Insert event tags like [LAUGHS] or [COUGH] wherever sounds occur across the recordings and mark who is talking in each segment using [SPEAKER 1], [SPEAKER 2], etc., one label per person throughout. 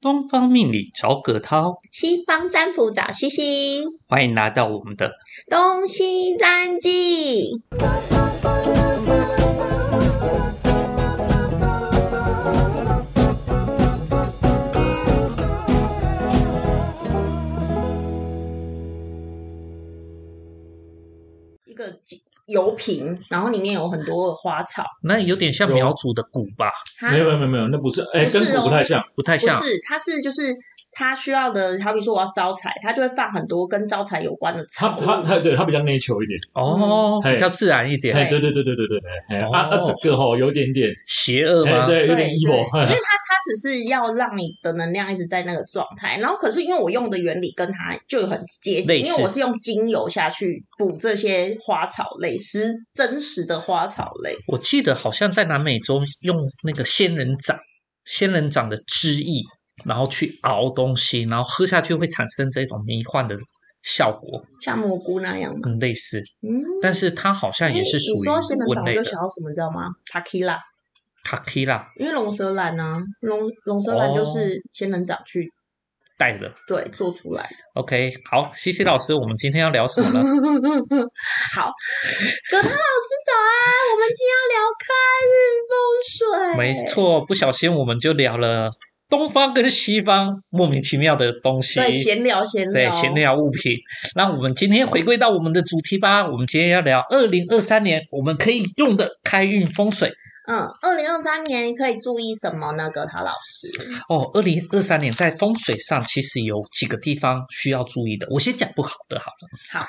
[SPEAKER 1] 东方命理找葛涛，
[SPEAKER 2] 西方占卜找西西，
[SPEAKER 1] 欢迎来到我们的
[SPEAKER 2] 东西占记。一个油瓶，然后里面有很多的花草，
[SPEAKER 1] 那有点像苗族的鼓吧，
[SPEAKER 2] 它
[SPEAKER 3] 没有没有没有没有，那不是，哎、
[SPEAKER 2] 不是
[SPEAKER 3] 跟
[SPEAKER 2] 哦
[SPEAKER 3] 鼓不太像。
[SPEAKER 1] 不太
[SPEAKER 2] 不
[SPEAKER 1] 像。
[SPEAKER 2] 是，它是就是它需要的，好比说我要招财，它就会放很多跟招财有关的
[SPEAKER 3] 它
[SPEAKER 2] 草
[SPEAKER 3] 它
[SPEAKER 2] 物。
[SPEAKER 3] 它对它比较 nature 一点，
[SPEAKER 1] 哦，
[SPEAKER 3] 嗯
[SPEAKER 1] 比较自然一
[SPEAKER 3] 哎，
[SPEAKER 1] 点，
[SPEAKER 3] 对对对对对对对，哎
[SPEAKER 1] 哦
[SPEAKER 3] 啊啊，这个吼有点点，
[SPEAKER 1] 邪恶
[SPEAKER 3] 哎
[SPEAKER 1] 吗？
[SPEAKER 3] 对，有
[SPEAKER 2] 对
[SPEAKER 3] 点
[SPEAKER 2] 对因
[SPEAKER 3] evil，
[SPEAKER 2] 为它它只是要让你的能量一直在那个状态，然后可是因为我用的原理跟它就很接近，
[SPEAKER 1] 类似
[SPEAKER 2] 因为我是用精油下去补这些花草类，实真实的花草类，
[SPEAKER 1] 我记得好像在南美洲用那个仙人掌，仙人掌的汁液，然后去熬东西，然后喝下去会产生这种迷幻的效果，
[SPEAKER 2] 像蘑菇那样嘛。
[SPEAKER 1] 嗯，类似。
[SPEAKER 2] 嗯，
[SPEAKER 1] 但是它好像也是
[SPEAKER 2] 因为
[SPEAKER 1] 属
[SPEAKER 2] 你
[SPEAKER 1] 于
[SPEAKER 2] 说仙人
[SPEAKER 1] 文
[SPEAKER 2] 哎掌，我
[SPEAKER 1] 类
[SPEAKER 2] 就
[SPEAKER 1] 的
[SPEAKER 2] 想到什么，你知道吗 t a k i l a
[SPEAKER 1] 塔 q 拉
[SPEAKER 2] 因为龙舌兰啊，龙龙舌兰就是仙人掌去、
[SPEAKER 1] 带的。
[SPEAKER 2] 对做出来的。 [LAUGHS]
[SPEAKER 1] OK，好，西西老师，我们今天要聊什么呢？
[SPEAKER 2] 好，葛涛老师早安，我们今天要聊开运风水，
[SPEAKER 1] 没，错，不小心我们就聊了东方跟西方莫名其妙的东西。
[SPEAKER 2] 对，闲聊闲
[SPEAKER 1] 对
[SPEAKER 2] 聊，
[SPEAKER 1] 闲聊物品。那我们今天回归到我们的主题吧，我们今天要聊二零二三年我们可以用的开运风水
[SPEAKER 2] 嗯，二零二三年可以注意什么呢？葛涛老师，
[SPEAKER 1] 哦。二零二三年在风水上其实有几个地方需要注意的，我先讲不好的好了。
[SPEAKER 2] 好，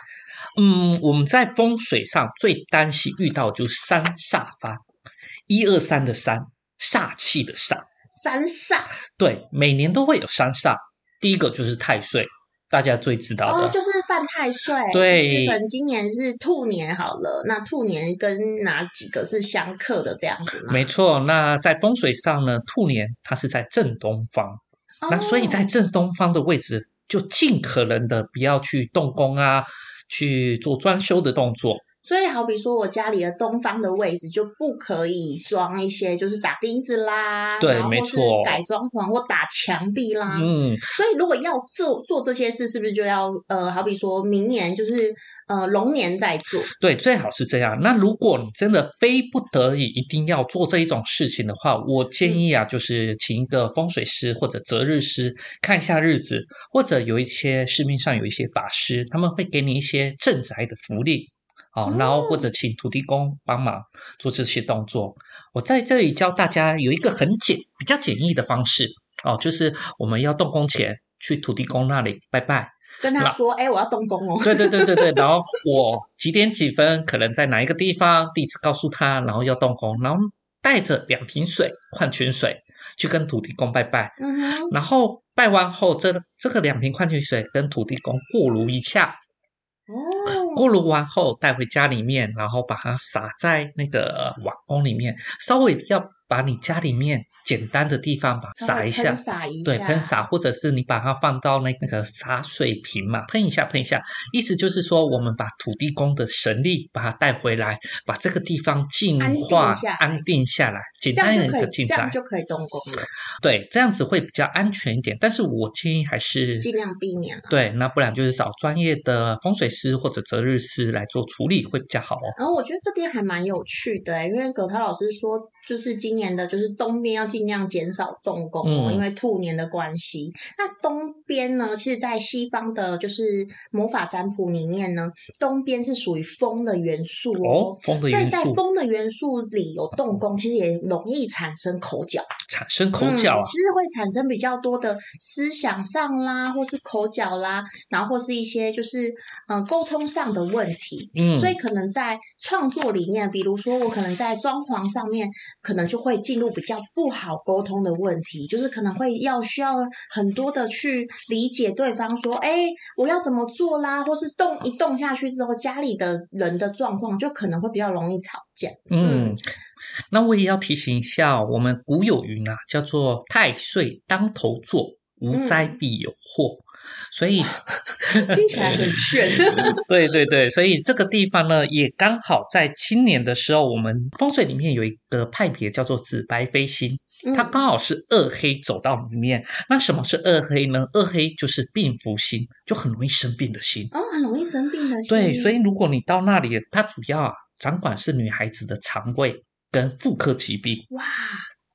[SPEAKER 1] 嗯，我们在风水上最担心遇到的就是三煞发，一二三的三，煞气的煞。
[SPEAKER 2] 三煞
[SPEAKER 1] 对，每年都会有三煞，第一个就是太岁，大家最知道的。
[SPEAKER 2] 哦，就是犯太岁，
[SPEAKER 1] 对
[SPEAKER 2] 就是可能今年是兔年好了，那兔年跟哪几个是相克的这样子吗？
[SPEAKER 1] 没错，那在风水上呢，兔年它是在正东方，
[SPEAKER 2] 哦，
[SPEAKER 1] 那所以在正东方的位置，就尽可能的不要去动工啊，去做装修的动作。
[SPEAKER 2] 所以好比说我家里的东方的位置就不可以装一些就是打钉子啦，
[SPEAKER 1] 对
[SPEAKER 2] 然后
[SPEAKER 1] 没
[SPEAKER 2] 或是
[SPEAKER 1] 错
[SPEAKER 2] 改装潢或打墙壁啦，
[SPEAKER 1] 嗯，
[SPEAKER 2] 所以如果要做做这些事，是不是就要呃，好比说明年就是呃龙年再做？
[SPEAKER 1] 对，最好是这样。那如果你真的非不得已一定要做这一种事情的话，我建议啊，就是请一个风水师或者择日师看一下日子，或者有一些市面上有一些法师，他们会给你一些镇宅的福利。哦，然后或者请土地公帮忙做这些动作。我在这里教大家有一个很简、比较简易的方式哦，就是我们要动工前去土地公那里拜拜，
[SPEAKER 2] 跟他说，哎、我要动工哦。 [LAUGHS]
[SPEAKER 1] 对对对对对，然后我几点几分可能在哪一个地方，地址告诉他，然后要动工，然后带着两瓶水矿泉水去跟土地公拜拜，
[SPEAKER 2] 嗯哼，
[SPEAKER 1] 然后拜完后，这这个两瓶矿泉水跟土地公过炉一下， [LAUGHS]
[SPEAKER 2] 哦，
[SPEAKER 1] 过炉完后带回家里面，然后把它撒在那个瓦工里面，稍微要把你家里面简单的地方吧
[SPEAKER 2] 稍
[SPEAKER 1] 撒
[SPEAKER 2] 微
[SPEAKER 1] 一
[SPEAKER 2] 喷
[SPEAKER 1] 下，
[SPEAKER 2] 洒一下，
[SPEAKER 1] 对，喷洒，或者是你把它放到那那个洒水瓶嘛，喷一下，喷一下，意思就是说，我们把土地公的神力把它带回来，把这个地方净
[SPEAKER 2] 安定
[SPEAKER 1] 化
[SPEAKER 2] 下来、
[SPEAKER 1] 安定下来，简
[SPEAKER 2] 这样
[SPEAKER 1] 单
[SPEAKER 2] 就
[SPEAKER 1] 一
[SPEAKER 2] 可
[SPEAKER 1] 个
[SPEAKER 2] 以，
[SPEAKER 1] 进
[SPEAKER 2] 这
[SPEAKER 1] 来
[SPEAKER 2] 样，就可以动工了，
[SPEAKER 1] 对，这样子会比较安全一点。但是我建议还是
[SPEAKER 2] 尽量避免了。
[SPEAKER 1] 对，那不然就是找专业的风水师或者择日师来做处理会比较好哦。
[SPEAKER 2] 然后我觉得这边还蛮有趣的、欸因为葛涛老师说，就是今年的，就是东边要尽量减少动工哦，
[SPEAKER 1] 嗯
[SPEAKER 2] 因为兔年的关系。那东边呢，其实，在西方的，就是魔法占卜里面呢，东边是属于风的元素
[SPEAKER 1] 哦，风的
[SPEAKER 2] 所以
[SPEAKER 1] 元
[SPEAKER 2] 在
[SPEAKER 1] 素
[SPEAKER 2] 风的元素里有动工，其实也容易产生口角，
[SPEAKER 1] 产生口角啊
[SPEAKER 2] 嗯，其实会产生比较多的思想上啦，或是口角啦，然后或是一些就是嗯、呃沟通上的问题。
[SPEAKER 1] 嗯，
[SPEAKER 2] 所以可能在创作里面，比如说我可能在装潢上面，可能就会进入比较不好沟通的问题，就是可能会要需要很多的去理解对方说，哎，我要怎么做啦，或是动一动下去之后，家里的人的状况就可能会比较容易吵架。
[SPEAKER 1] 嗯，那我也要提醒一下哦、我们古有云啊，叫做“太岁当头坐，无灾必有祸”所以， [LAUGHS]
[SPEAKER 2] 听起来很炫，
[SPEAKER 1] 对对对，所以这个地方呢，也刚好在今年的时候，我们风水里面有一个派别叫做“紫白飞星”。
[SPEAKER 2] 嗯
[SPEAKER 1] 它刚好是二黑走到里面。那什么是二黑呢？二黑就是病福星，就很容易生病的星。
[SPEAKER 2] 哦，很容易生病的心。
[SPEAKER 1] 对，所以如果你到那里，它主要啊掌管是女孩子的肠胃跟妇科疾病。
[SPEAKER 2] 哇，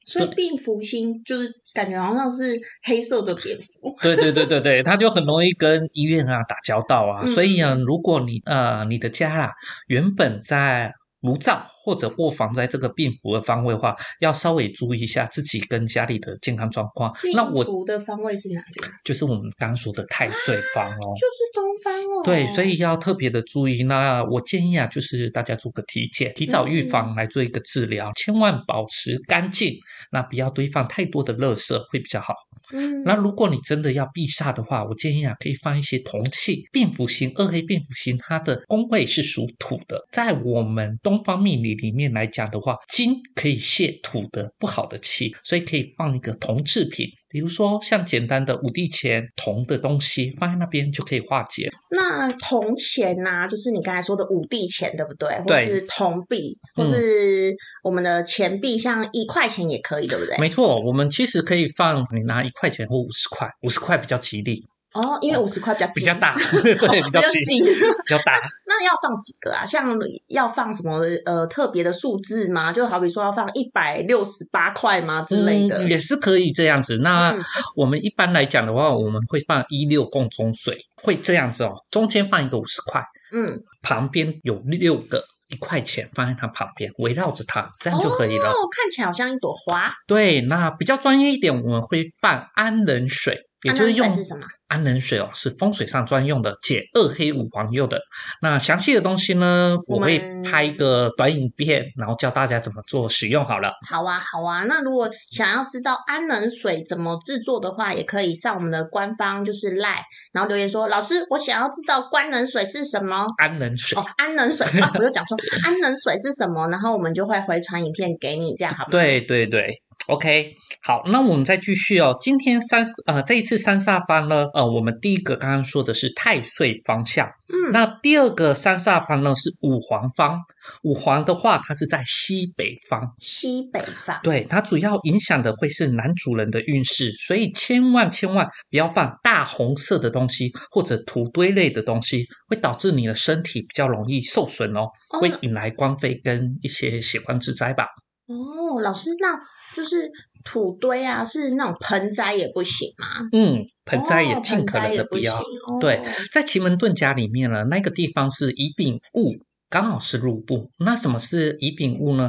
[SPEAKER 2] 所以病福星就是感觉好像是黑色的蝙蝠。
[SPEAKER 1] 对对对对对，他就很容易跟医院啊打交道啊，
[SPEAKER 2] 嗯
[SPEAKER 1] 所以啊，如果你呃你的家啦原本在炉灶或者卧房在这个病符的方位的话，要稍微注意一下自己跟家里的健康状况。那
[SPEAKER 2] 病
[SPEAKER 1] 我
[SPEAKER 2] 福的方位是哪里？就
[SPEAKER 1] 就是我们刚说的太岁方哦。
[SPEAKER 2] 是东方哦。
[SPEAKER 1] 对，所以要特别的注意。那我建议啊，就是大家做个体检，提早预
[SPEAKER 2] 嗯
[SPEAKER 1] 防来做一个治疗，千万保持干净，那不要堆放太多的垃圾会比较好。
[SPEAKER 2] 嗯，
[SPEAKER 1] 那如果你真的要避煞的话，我建议啊，可以放一些铜器。变福星二黑变福星，它的宫位是属土的，在我们东方命理里面来讲的话，金可以泄土的不好的气，所以可以放一个铜制品，比如说像简单的五帝钱、铜的东西放在那边就可以化解。
[SPEAKER 2] 那铜钱呐、就是你刚才说的五帝钱，对不对？
[SPEAKER 1] 对
[SPEAKER 2] 或是铜币，
[SPEAKER 1] 嗯
[SPEAKER 2] 或是我们的钱币，像一块钱也可以，对不对？
[SPEAKER 1] 没错，我们其实可以放，你拿一块钱或五十块，五十块比较吉利，
[SPEAKER 2] 哦，因为五十块比较
[SPEAKER 1] 比较
[SPEAKER 2] 紧 [LAUGHS]
[SPEAKER 1] 大，对，比较
[SPEAKER 2] 比较
[SPEAKER 1] 吉
[SPEAKER 2] 紧 [LAUGHS]
[SPEAKER 1] 利，比较大。
[SPEAKER 2] 那要放几个啊？像要放什么呃特别的数字吗？就好比说要放一百六十八块吗之类的？
[SPEAKER 1] 嗯也是啊可以这样子。那
[SPEAKER 2] 嗯
[SPEAKER 1] 我们一般来讲的话，我们会放一六共中水，会这样子哦，中间放一个五十块，
[SPEAKER 2] 嗯，
[SPEAKER 1] 旁边有六个一块钱放在它旁边，围绕着它，这样就可以了。
[SPEAKER 2] 哦，看起来好像一朵花。
[SPEAKER 1] 对，那比较专业一点，我们会放安冷水。也就是用
[SPEAKER 2] 安啊冷水是什么
[SPEAKER 1] 安冷水哦，是风水上专用的，解二黑五黄右的。那详细的东西呢，我
[SPEAKER 2] 我
[SPEAKER 1] 会
[SPEAKER 2] 们
[SPEAKER 1] 拍一个短影片，然后教大家怎么做使用好了。
[SPEAKER 2] 好啊，好啊。那如果想要知道安冷水怎么制作的话，也可以上我们的官方就是赖，然后留言说老师，我想要知道关冷水是什么。
[SPEAKER 1] 安冷水
[SPEAKER 2] 哦，安冷水啊，我
[SPEAKER 1] [LAUGHS]
[SPEAKER 2] 就讲说安冷水是什么，然后我们就会回传影片给你，这样好吗？
[SPEAKER 1] 对对对，OK，好，那我们再继续哦。今天三呃这一次三煞方呢，呃，我们第一个刚刚说的是太岁方向，
[SPEAKER 2] 嗯
[SPEAKER 1] 那第二个三煞方呢是五黄方，五黄的话它是在西北方，
[SPEAKER 2] 西北方，
[SPEAKER 1] 对，它主要影响的会是男主人的运势，所以千万千万不要放大红色的东西或者土堆类的东西，会导致你的身体比较容易受损哦，
[SPEAKER 2] 哦
[SPEAKER 1] 会引来光飞跟一些血光之灾吧。
[SPEAKER 2] 哦，老师，那就是土堆啊，是那种盆栽也不行吗？
[SPEAKER 1] 嗯，盆栽也
[SPEAKER 2] 哦
[SPEAKER 1] 尽可能的不要。。
[SPEAKER 2] 盆栽
[SPEAKER 1] 对
[SPEAKER 2] 也不行哦
[SPEAKER 1] 在奇门遁甲里面呢，那个地方是乙丙戊，刚好是入部。那什么是乙丙戊呢？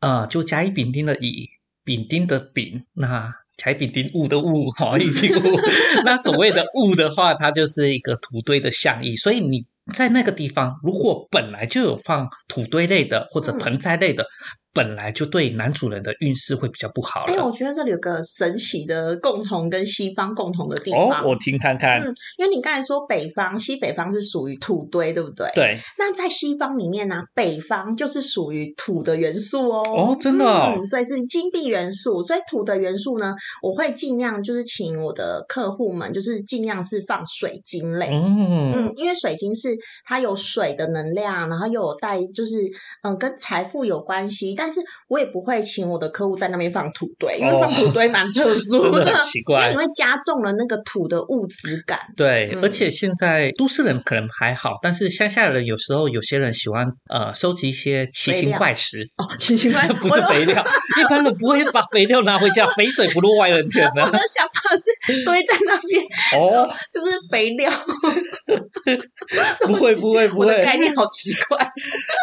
[SPEAKER 1] 呃，就甲乙丙丁的乙，丙丁的丙，那甲乙丙丁戊的戊，好、乙丙戊。 [LAUGHS] 那所谓的戊的话，它就是一个土堆的象意，所以你。在那个地方，如果本来就有放土堆类的或者
[SPEAKER 2] 嗯
[SPEAKER 1] 盆栽类的，本来就对男主人的运势会比较不好
[SPEAKER 2] 哎、
[SPEAKER 1] 了。哦
[SPEAKER 2] 我觉得这里有个神奇的共同跟西方共同的地
[SPEAKER 1] 哦
[SPEAKER 2] 方，，
[SPEAKER 1] 我听看看，
[SPEAKER 2] 嗯因为你刚才说北方、西北方是属于土堆，对不对？。
[SPEAKER 1] 对，
[SPEAKER 2] 那在西方里面呢、北方就是属于土的元素哦。
[SPEAKER 1] 哦，真的哦，
[SPEAKER 2] 嗯，所以是金币元素，所以土的元素呢，我会尽量就是请我的客户们，就是尽量是放水晶类，
[SPEAKER 1] 嗯
[SPEAKER 2] 嗯，因为水晶是它有水的能量，然后又有带就是嗯跟财富有关系，但是我也不会请我的客户在那边放土堆，因为
[SPEAKER 1] 哦
[SPEAKER 2] 放土堆蛮特殊
[SPEAKER 1] [LAUGHS] 真
[SPEAKER 2] 的，
[SPEAKER 1] 的很奇
[SPEAKER 2] 因为
[SPEAKER 1] 怪
[SPEAKER 2] 你。会加重了那个土的物质感。
[SPEAKER 1] 对，
[SPEAKER 2] 嗯
[SPEAKER 1] 而且现在都市人可能还好，但是乡下人有时候有些人喜欢呃收集一些奇
[SPEAKER 2] 肥
[SPEAKER 1] 形
[SPEAKER 2] 料
[SPEAKER 1] 怪石，
[SPEAKER 2] 哦，奇奇怪，
[SPEAKER 1] [LAUGHS] 不是
[SPEAKER 2] 我
[SPEAKER 1] 肥料，一般人不会把肥料拿回家，肥水不落外人田
[SPEAKER 2] [LAUGHS] 我的
[SPEAKER 1] 的。
[SPEAKER 2] 想法是堆在那边，
[SPEAKER 1] 哦，
[SPEAKER 2] 就是肥料。
[SPEAKER 1] 不会不会不
[SPEAKER 2] 我的
[SPEAKER 1] 会，
[SPEAKER 2] 概念好奇
[SPEAKER 1] [LAUGHS]
[SPEAKER 2] 怪。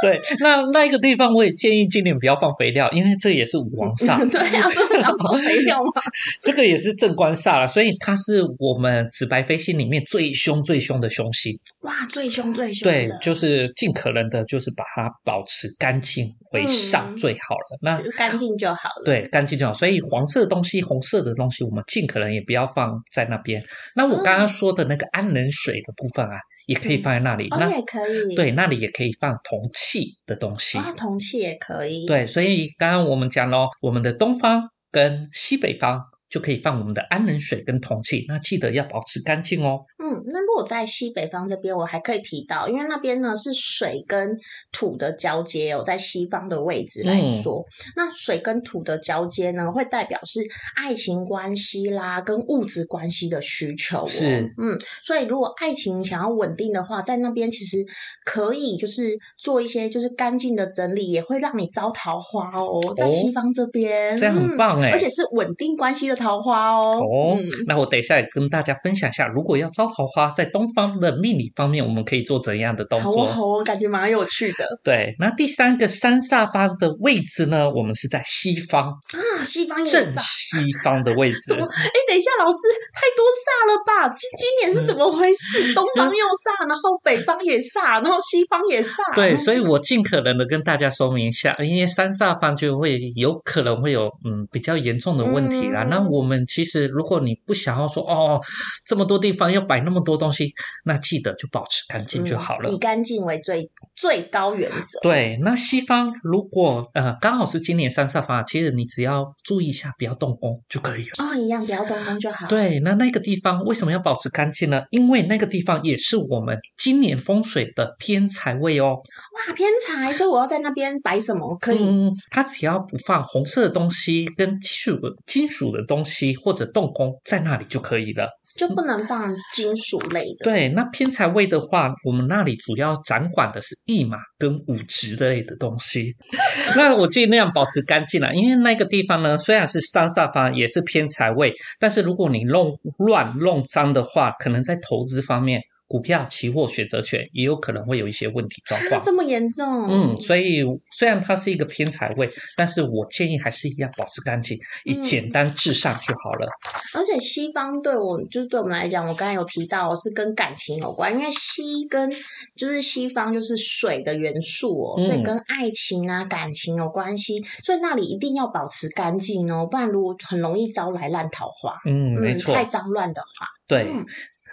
[SPEAKER 1] 对，那那一个地方我也建议今年不要放肥料，因为这也是五黄煞，
[SPEAKER 2] 对啊，所以我想说肥料嘛。
[SPEAKER 1] 这个也是正官煞了，所以它是我们紫白飞星里面最凶最凶的凶星。
[SPEAKER 2] 哇，最凶最凶
[SPEAKER 1] 对
[SPEAKER 2] 的，，
[SPEAKER 1] 就是尽可能的，就是把它保持干净为上
[SPEAKER 2] 嗯
[SPEAKER 1] 最好了。那
[SPEAKER 2] 干净就好了。
[SPEAKER 1] 对，干净就好。所以黄色的东西、红色的东西，我们尽可能也不要放在那边。那我
[SPEAKER 2] 嗯
[SPEAKER 1] 刚刚说的那个安冷水的部分啊，也可以放在那里。
[SPEAKER 2] 哦，
[SPEAKER 1] 那
[SPEAKER 2] 也可以。
[SPEAKER 1] 对，那里也可以放铜器的东西。
[SPEAKER 2] 啊，铜器也可以。
[SPEAKER 1] 哦对，所以刚刚我们讲咯，我们的东方跟西北方。就可以放我们的安冷水跟铜器，那记得要保持干净哦。
[SPEAKER 2] 嗯，那如果在西北方这边，我还可以提到，因为那边呢是水跟土的交接哦，在西方的位置来
[SPEAKER 1] 嗯
[SPEAKER 2] 说，那水跟土的交接呢，会代表是爱情关系啦，跟物质关系的需求、哦。
[SPEAKER 1] 是，
[SPEAKER 2] 嗯，所以如果爱情想要稳定的话，在那边其实可以就是做一些就是干净的整理，也会让你招桃花哦，在西方这边，
[SPEAKER 1] 这样很棒哎、
[SPEAKER 2] 嗯而且是稳定关系的桃花哦。
[SPEAKER 1] 哦
[SPEAKER 2] 嗯，
[SPEAKER 1] 那我等一下也跟大家分享一下，如果要招桃花，在东方的命理方面，我们可以做怎样的动
[SPEAKER 2] 好
[SPEAKER 1] 作？
[SPEAKER 2] 哦，好哦，感觉蛮有趣的
[SPEAKER 1] 对，那第三个三煞八的位置呢，我们是在西方
[SPEAKER 2] 啊！西方也
[SPEAKER 1] 正
[SPEAKER 2] 有煞
[SPEAKER 1] 西方的
[SPEAKER 2] [LAUGHS]
[SPEAKER 1] 位置
[SPEAKER 2] 怎。么？哎，等一下，老师太多煞了吧？今今年是怎么回事？东方又煞，然后北方也煞，然后西方也煞。
[SPEAKER 1] 对，所以我尽可能的跟大家说明一下，因为三煞方就会有可能会有嗯比较严重的问题啦。
[SPEAKER 2] 嗯
[SPEAKER 1] 那我们其实如果你不想要说哦这么多地方要摆那么多东西，那记得就保持干净就好了。
[SPEAKER 2] 嗯以干净为最最高原则。
[SPEAKER 1] 对，那西方如果呃刚好是今年三煞方，其实你只要注意一下，不要动工就可以了。
[SPEAKER 2] 哦，一样，不要动工就好。
[SPEAKER 1] 对，那那个地方为什么要保持干净呢？因为那个地方也是我们今年风水的偏财位哦。
[SPEAKER 2] 哇，偏财，所以我要在那边摆什么可以？
[SPEAKER 1] 嗯，它只要不放红色的东西跟金属的金属的东西或者动工在那里就可以了。
[SPEAKER 2] 就不能放金属类的。
[SPEAKER 1] 对，那偏财位的话，我们那里主要掌管的是驿马跟武职类的东西。 [LAUGHS] 那我尽量保持干净啦，因为那个地方呢，虽然是上下方也是偏财位，但是如果你弄乱弄脏的话，可能在投资方面，股票、期货、选择权也有可能会有一些问题状
[SPEAKER 2] 啊
[SPEAKER 1] 况。
[SPEAKER 2] 这么严重？
[SPEAKER 1] 嗯，所以虽然它是一个偏财位，但是我建议还是一样保持干净，以
[SPEAKER 2] 嗯
[SPEAKER 1] 简单至上就好了。
[SPEAKER 2] 而且西方对我就是对我们来讲，我刚才有提到是跟感情有关，因为西跟就是西方就是水的元素哦，
[SPEAKER 1] 嗯
[SPEAKER 2] 所以跟爱情啊感情有关系，所以那里一定要保持干净哦，不然如果很容易招来烂桃花。
[SPEAKER 1] 嗯，没
[SPEAKER 2] 嗯，
[SPEAKER 1] 错，
[SPEAKER 2] 太脏乱的话，
[SPEAKER 1] 对。
[SPEAKER 2] 嗯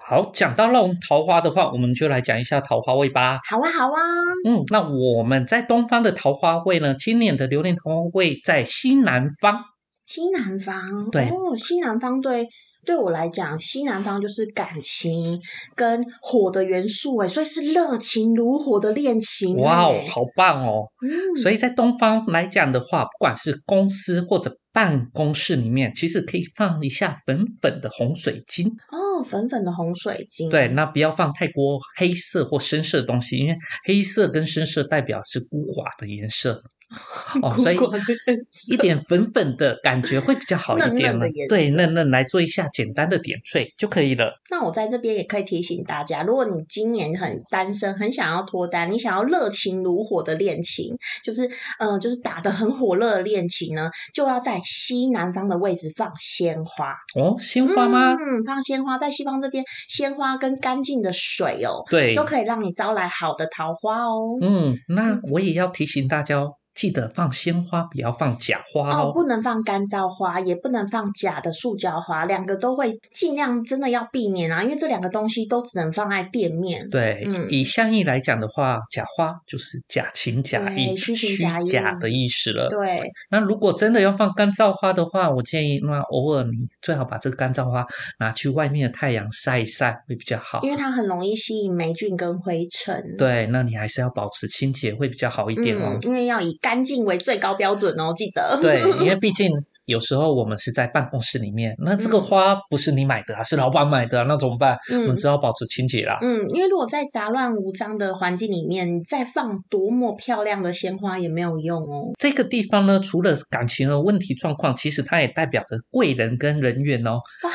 [SPEAKER 1] 好，讲到让桃花的话，我们就来讲一下桃花位吧。
[SPEAKER 2] 好啊好啊，
[SPEAKER 1] 嗯，那我们在东方的桃花位呢，今年的流年桃花位在西南方。
[SPEAKER 2] 西南方，
[SPEAKER 1] 对
[SPEAKER 2] 哦，西南方对。对我来讲，西南方就是感情跟火的元素哎，所以是热情如火的恋情诶
[SPEAKER 1] 哇哦，好棒哦！
[SPEAKER 2] 嗯，
[SPEAKER 1] 所以在东方来讲的话，不管是公司或者办公室里面，其实可以放一下粉粉的红水晶。
[SPEAKER 2] 哦，粉粉的红水晶，
[SPEAKER 1] 对，那不要放太过黑色或深色的东西，因为黑色跟深色代表是孤寡的颜色
[SPEAKER 2] [LAUGHS]
[SPEAKER 1] 哦，所以
[SPEAKER 2] 孤寡的颜色
[SPEAKER 1] 一点粉粉的感觉会比较好
[SPEAKER 2] 嫩
[SPEAKER 1] 一点
[SPEAKER 2] 嫩
[SPEAKER 1] 了
[SPEAKER 2] 的颜。
[SPEAKER 1] 对，嫩嫩来做一下简单的点缀就可以了。
[SPEAKER 2] 那我在这边也可以提醒大家，如果你今年很单身，很想要脱单，你想要热情如火的恋情，就是呃，就是打得很火热的恋情呢，就要在西南方的位置放鲜花。
[SPEAKER 1] 哦，鲜花吗？
[SPEAKER 2] 嗯，放鲜花，在西方这边，鲜花跟干净的水哦，
[SPEAKER 1] 对
[SPEAKER 2] 都，可以让你招来好的桃花哦。
[SPEAKER 1] 嗯，那我也要提醒大家哦，记得放鲜花，不要放假花
[SPEAKER 2] 哦，
[SPEAKER 1] 哦。
[SPEAKER 2] 不能放干燥花，也不能放假的塑胶花，两个都会尽量真的要避免啊，因为这两个东西都只能放在店面。
[SPEAKER 1] 对，
[SPEAKER 2] 嗯
[SPEAKER 1] 以象意来讲的话，假花就是假情假意、
[SPEAKER 2] 对虚情
[SPEAKER 1] 虚
[SPEAKER 2] 假意
[SPEAKER 1] 假的意思了。
[SPEAKER 2] 对，
[SPEAKER 1] 那如果真的要放干燥花的话，我建议那偶尔你最好把这个干燥花拿去外面的太阳晒一晒会比较好
[SPEAKER 2] 因。为它很容易吸引霉菌跟灰尘。。
[SPEAKER 1] 对，那你还是要保持清洁会比较好一点哦
[SPEAKER 2] 嗯。，因为要以干净为最高标准哦，记得。 [LAUGHS]
[SPEAKER 1] 对，因为毕竟有时候我们是在办公室里面，那这个
[SPEAKER 2] 嗯
[SPEAKER 1] 花不是你买的啊，是老板买的啊，那怎么办？我
[SPEAKER 2] 嗯
[SPEAKER 1] 们只好保持清洁啦。
[SPEAKER 2] 嗯，因为如果在杂乱无章的环境里面，你再放多么漂亮的鲜花也没有用哦。
[SPEAKER 1] 这个地方呢，除了感情的问题状况，其实它也代表着贵人跟人缘哦。
[SPEAKER 2] 哇，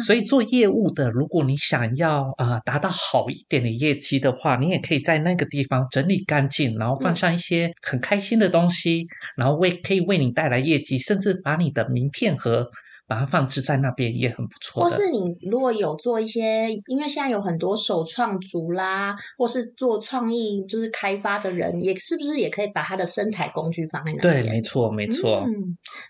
[SPEAKER 1] 所以做业务的，如果你想要啊达到好一点的业绩的话，你也可以在那个地方整理干净，然后放
[SPEAKER 2] 嗯
[SPEAKER 1] 上一些很开心的东西，然后为可以为你带来业绩，甚至把你的名片盒把它放置在那边也很不错
[SPEAKER 2] 或
[SPEAKER 1] 的。
[SPEAKER 2] 是你如果有做一些，因为现在有很多手创族啦，或是做创意就是开发的人，也是不是也可以把他的身材工具放在那
[SPEAKER 1] 对，
[SPEAKER 2] 边
[SPEAKER 1] 没错，没错。
[SPEAKER 2] 嗯，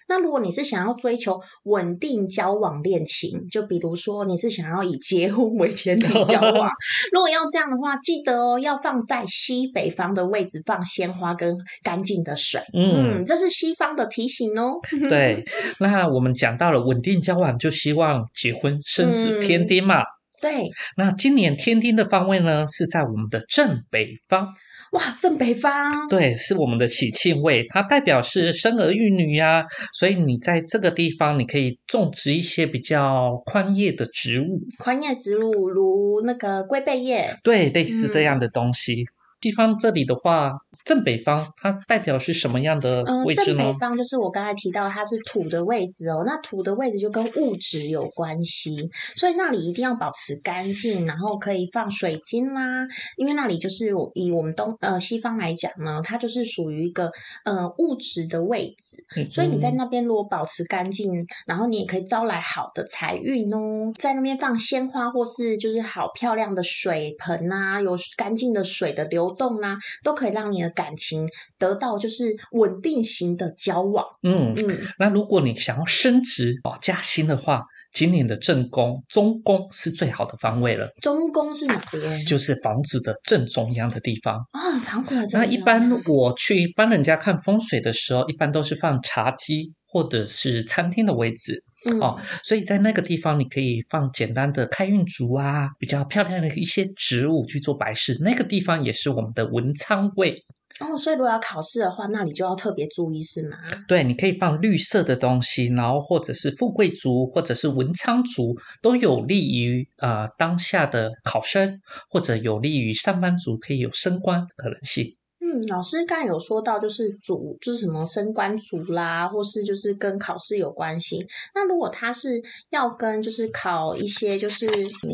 [SPEAKER 2] 那如果你是想要追求稳定交往恋情，就比如说你是想要以结婚为前提交
[SPEAKER 1] [LAUGHS]
[SPEAKER 2] 往，如果要这样的话，记得哦，要放在西北方的位置放鲜花跟干净的水。
[SPEAKER 1] 嗯
[SPEAKER 2] 嗯，这是西方的提醒哦。 [LAUGHS]
[SPEAKER 1] 对，那我们讲到了稳定交往就希望结婚生子
[SPEAKER 2] 嗯
[SPEAKER 1] 天丁嘛。
[SPEAKER 2] 对，
[SPEAKER 1] 那今年天丁的方位呢是在我们的正北方，
[SPEAKER 2] 哇，正北方，
[SPEAKER 1] 对，是我们的喜庆位，它代表是生儿育女呀、所以你在这个地方你可以种植一些比较宽叶的植物，
[SPEAKER 2] 宽叶植物如那个龟背叶，
[SPEAKER 1] 对，类似这
[SPEAKER 2] 嗯
[SPEAKER 1] 样的东西。西方这里的话，正北方它代表是什么样的
[SPEAKER 2] 嗯，
[SPEAKER 1] 位置
[SPEAKER 2] 正
[SPEAKER 1] 呢？
[SPEAKER 2] 北方就是我刚才提到它是土的位置哦，那土的位置就跟物质有关系，所以那里一定要保持干净，然后可以放水晶啦，因为那里就是我以我们东呃西方来讲呢，它就是属于一个呃物质的位置，
[SPEAKER 1] 嗯
[SPEAKER 2] 所以你在
[SPEAKER 1] 嗯
[SPEAKER 2] 那边如果保持干净，然后你也可以招来好的财运哦，在那边放鲜花或是就是好漂亮的水盆啊，有干净的水的流动啊，都可以让你的感情得到就是稳定型的交往。
[SPEAKER 1] 嗯，
[SPEAKER 2] 嗯，
[SPEAKER 1] 那如果你想要升职哦加薪的话，今年的正宫、中宫是最好的方位了，
[SPEAKER 2] 中宫是哪边？
[SPEAKER 1] 就是房子的正中央的地方。
[SPEAKER 2] 啊，房子的
[SPEAKER 1] 那
[SPEAKER 2] 正
[SPEAKER 1] 一
[SPEAKER 2] 中
[SPEAKER 1] 般我去帮人家看风水的时候，一般都是放茶几或者是餐厅的位置，
[SPEAKER 2] 嗯
[SPEAKER 1] 哦所以在那个地方你可以放简单的开运竹啊，比较漂亮的一些植物去做摆饰。那个地方也是我们的文昌位，
[SPEAKER 2] 哦，所以如果要考试的话，那你就要特别注意是吗？
[SPEAKER 1] 对，你可以放绿色的东西，然后或者是富贵竹，或者是文昌竹，都有利于呃当下的考生，或者有利于上班族可以有升官的可能性。
[SPEAKER 2] 嗯，老师刚才有说到，就是主就是什么升官族啦，或是就是跟考试有关系。那如果他是要跟就是考一些就是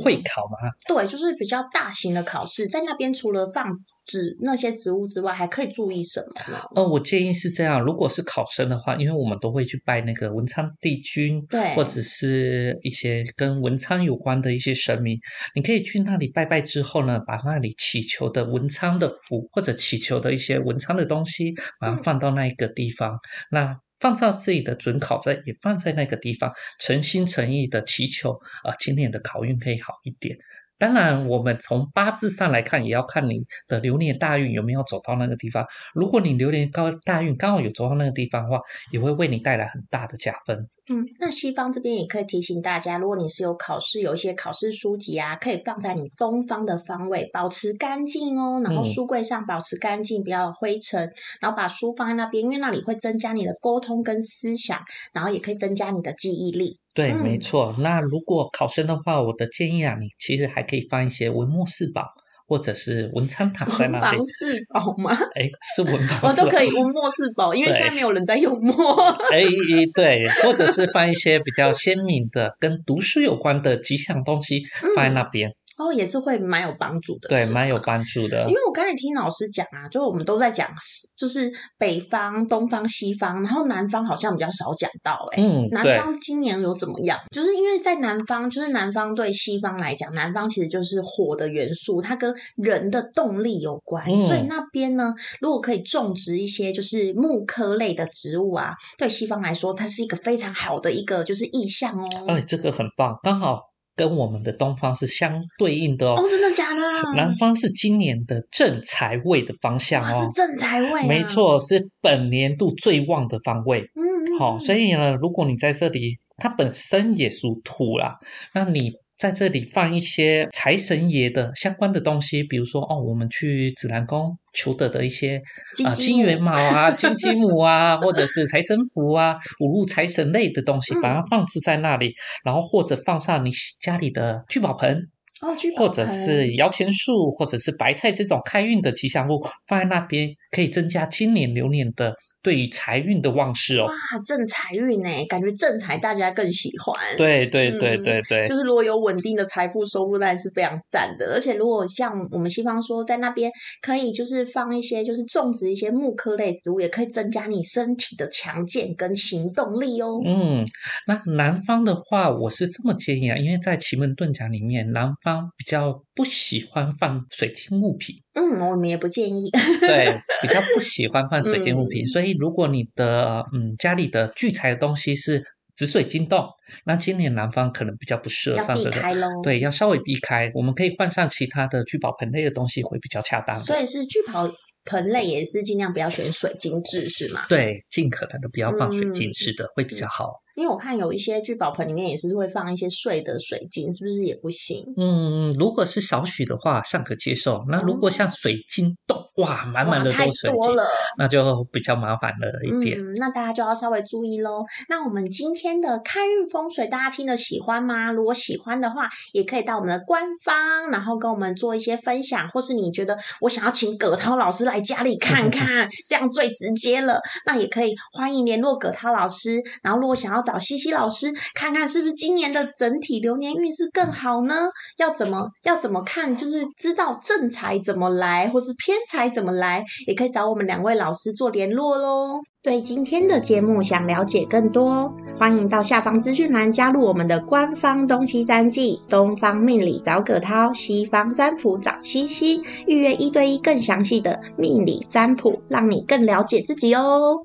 [SPEAKER 1] 会考吗？
[SPEAKER 2] 对，就是比较大型的考试，在那边除了放植那些植物之外，还可以注意什么呢？
[SPEAKER 1] 呃，我建议是这样，如果是考生的话，因为我们都会去拜那个文昌帝君，
[SPEAKER 2] 对
[SPEAKER 1] 或者是呃一些跟文昌有关的一些神明，你可以去那里拜拜之后呢，把那里祈求的文昌的符或者祈求的一些文昌的东西，把它放到那一个地方，那放到自己的准考证也放在那个地方，诚心诚意的祈求啊、呃今年的考运可以好一点。当然，我们从八字上来看，也要看你的流年大运有没有走到那个地方。如果你流年高大运刚好有走到那个地方的话，也会为你带来很大的加分。
[SPEAKER 2] 嗯，那西方这边也可以提醒大家，如果你是有考试，有一些考试书籍啊，可以放在你东方的方位，保持干净哦。然后
[SPEAKER 1] 嗯
[SPEAKER 2] 书柜上保持干净，不要有灰尘。然后把书放在那边，因为那里会增加你的沟通跟思想，然后也可以增加你的记忆力。
[SPEAKER 1] 对，没
[SPEAKER 2] 嗯
[SPEAKER 1] 错。那如果考生的话，我的建议啊，你其实还可以放一些文墨四宝或者是文
[SPEAKER 2] [LAUGHS]
[SPEAKER 1] 昌塔在那边
[SPEAKER 2] 房。四宝
[SPEAKER 1] [LAUGHS]
[SPEAKER 2] 吗？
[SPEAKER 1] 哎，是文宝
[SPEAKER 2] 我
[SPEAKER 1] 是
[SPEAKER 2] 都
[SPEAKER 1] 吧
[SPEAKER 2] 可以。文墨四宝，因为现在
[SPEAKER 1] 对
[SPEAKER 2] 没有人在用墨。 [LAUGHS]
[SPEAKER 1] 哎，对，或者是放一些比较鲜明的、跟读书有关的吉祥东西放在那边，
[SPEAKER 2] 哦，也是会蛮有帮助的，
[SPEAKER 1] 对，
[SPEAKER 2] 嗯是
[SPEAKER 1] 蛮有
[SPEAKER 2] 吗
[SPEAKER 1] 帮助的
[SPEAKER 2] 因。为我刚才听老师讲啊，就我们都在讲，就是北方、东方、西方，然后南方好像比较少讲到、欸，哎、
[SPEAKER 1] 嗯，
[SPEAKER 2] 南
[SPEAKER 1] 对，
[SPEAKER 2] 方今年有怎么样？就是因为在南方，就是南方对西方来讲，南方其实就是火的元素，它跟人的动力有关，
[SPEAKER 1] 嗯
[SPEAKER 2] 所以那边呢，如果可以种植一些就是木科类的植物啊，对西方来说，它是一个非常好的一个就是意象哦。
[SPEAKER 1] 哎，这个很棒，刚好跟我们的东方是相对应的哦
[SPEAKER 2] 哦，。真的假的？
[SPEAKER 1] 南方是今年的正财位的方向
[SPEAKER 2] 哇，
[SPEAKER 1] 哦，
[SPEAKER 2] 是正财位、啊，
[SPEAKER 1] 没，错，是本年度最旺的方位。
[SPEAKER 2] 嗯嗯，
[SPEAKER 1] 好、
[SPEAKER 2] 嗯
[SPEAKER 1] 所以呢，如果你在这里，它本身也属土啦，那你在这里放一些财神爷的相关的东西，比如说哦，我们去指南宫求得的一些
[SPEAKER 2] 金
[SPEAKER 1] 啊、呃、
[SPEAKER 2] 鸡
[SPEAKER 1] 金
[SPEAKER 2] 母
[SPEAKER 1] 元卯
[SPEAKER 2] [LAUGHS]
[SPEAKER 1] 啊、金鸡母啊，或者是财神符啊、五路财神类的东西，把它放置在那里，然后或者放上你家里的聚宝盆，
[SPEAKER 2] 哦，聚宝
[SPEAKER 1] 或者
[SPEAKER 2] 盆
[SPEAKER 1] 是摇钱树，或者是白菜这种开运的吉祥物放在那边，可以增加今年流年的对于财运的旺势哦。
[SPEAKER 2] 哇，正财运呢，感觉正财大家更喜欢。。
[SPEAKER 1] 对对对
[SPEAKER 2] 嗯
[SPEAKER 1] 对对，
[SPEAKER 2] 就是如果有稳定的财富收入，那是非常赞的。而且如果像我们西方说，在那边可以就是放一些，就是种植一些木科类植物，也可以增加你身体的强健跟行动力哦。
[SPEAKER 1] 嗯，那南方的话，我是这么建议啊，因为在奇门遁甲里面，南方比较不喜欢放水晶物
[SPEAKER 2] [LAUGHS]
[SPEAKER 1] 品，
[SPEAKER 2] 嗯，我们也不建议。
[SPEAKER 1] 对，比较不喜欢放水晶物
[SPEAKER 2] 嗯
[SPEAKER 1] 品，所以如果你的嗯家里的聚财的东西是紫水晶洞，那今年南方可能比较不适合
[SPEAKER 2] [LAUGHS] 要
[SPEAKER 1] 放
[SPEAKER 2] 避
[SPEAKER 1] 这个。
[SPEAKER 2] 开喽。，
[SPEAKER 1] 对，要稍微避开，我们可以换上其他的聚宝盆类的东西会比较恰当的。
[SPEAKER 2] 所以是聚宝盆类也是尽量不要选水晶质，是吗？
[SPEAKER 1] 对，尽可能的不要放水晶
[SPEAKER 2] 嗯
[SPEAKER 1] 式的、会比较好。
[SPEAKER 2] 因为我看有一些聚宝盆里面也是会放一些碎的水晶，是不是也不行？
[SPEAKER 1] 嗯，如果是少许的话尚可接受，那如果像水晶洞，哇，满满
[SPEAKER 2] 哦哇
[SPEAKER 1] 的
[SPEAKER 2] 太
[SPEAKER 1] 都水
[SPEAKER 2] 多
[SPEAKER 1] 晶，
[SPEAKER 2] 了。
[SPEAKER 1] 那就比较麻烦了一点。
[SPEAKER 2] 嗯，那大家就要稍微注意喽。那我们今天的看日风水，大家听得喜欢吗？如果喜欢的话，也可以到我们的官方，然后跟我们做一些分享，或是你觉得我想要请葛涛老师来家
[SPEAKER 1] [LAUGHS]
[SPEAKER 2] 里看看，这样最直接了。那也可以欢迎联络葛涛老师。然后如果想要找西西老师看看，是不是今年的整体流年运势更好呢？要怎么要怎么看，就是知道正财怎么来，或是偏财怎么来，也可以找我们两位老师做联络喽。对今天的节目想了解更多，哦欢迎到下方资讯栏加入我们的官方东西占记，东方命理找葛涛，西方占卜找西西，预约一对一更详细的命理占卜，让你更了解自己哦。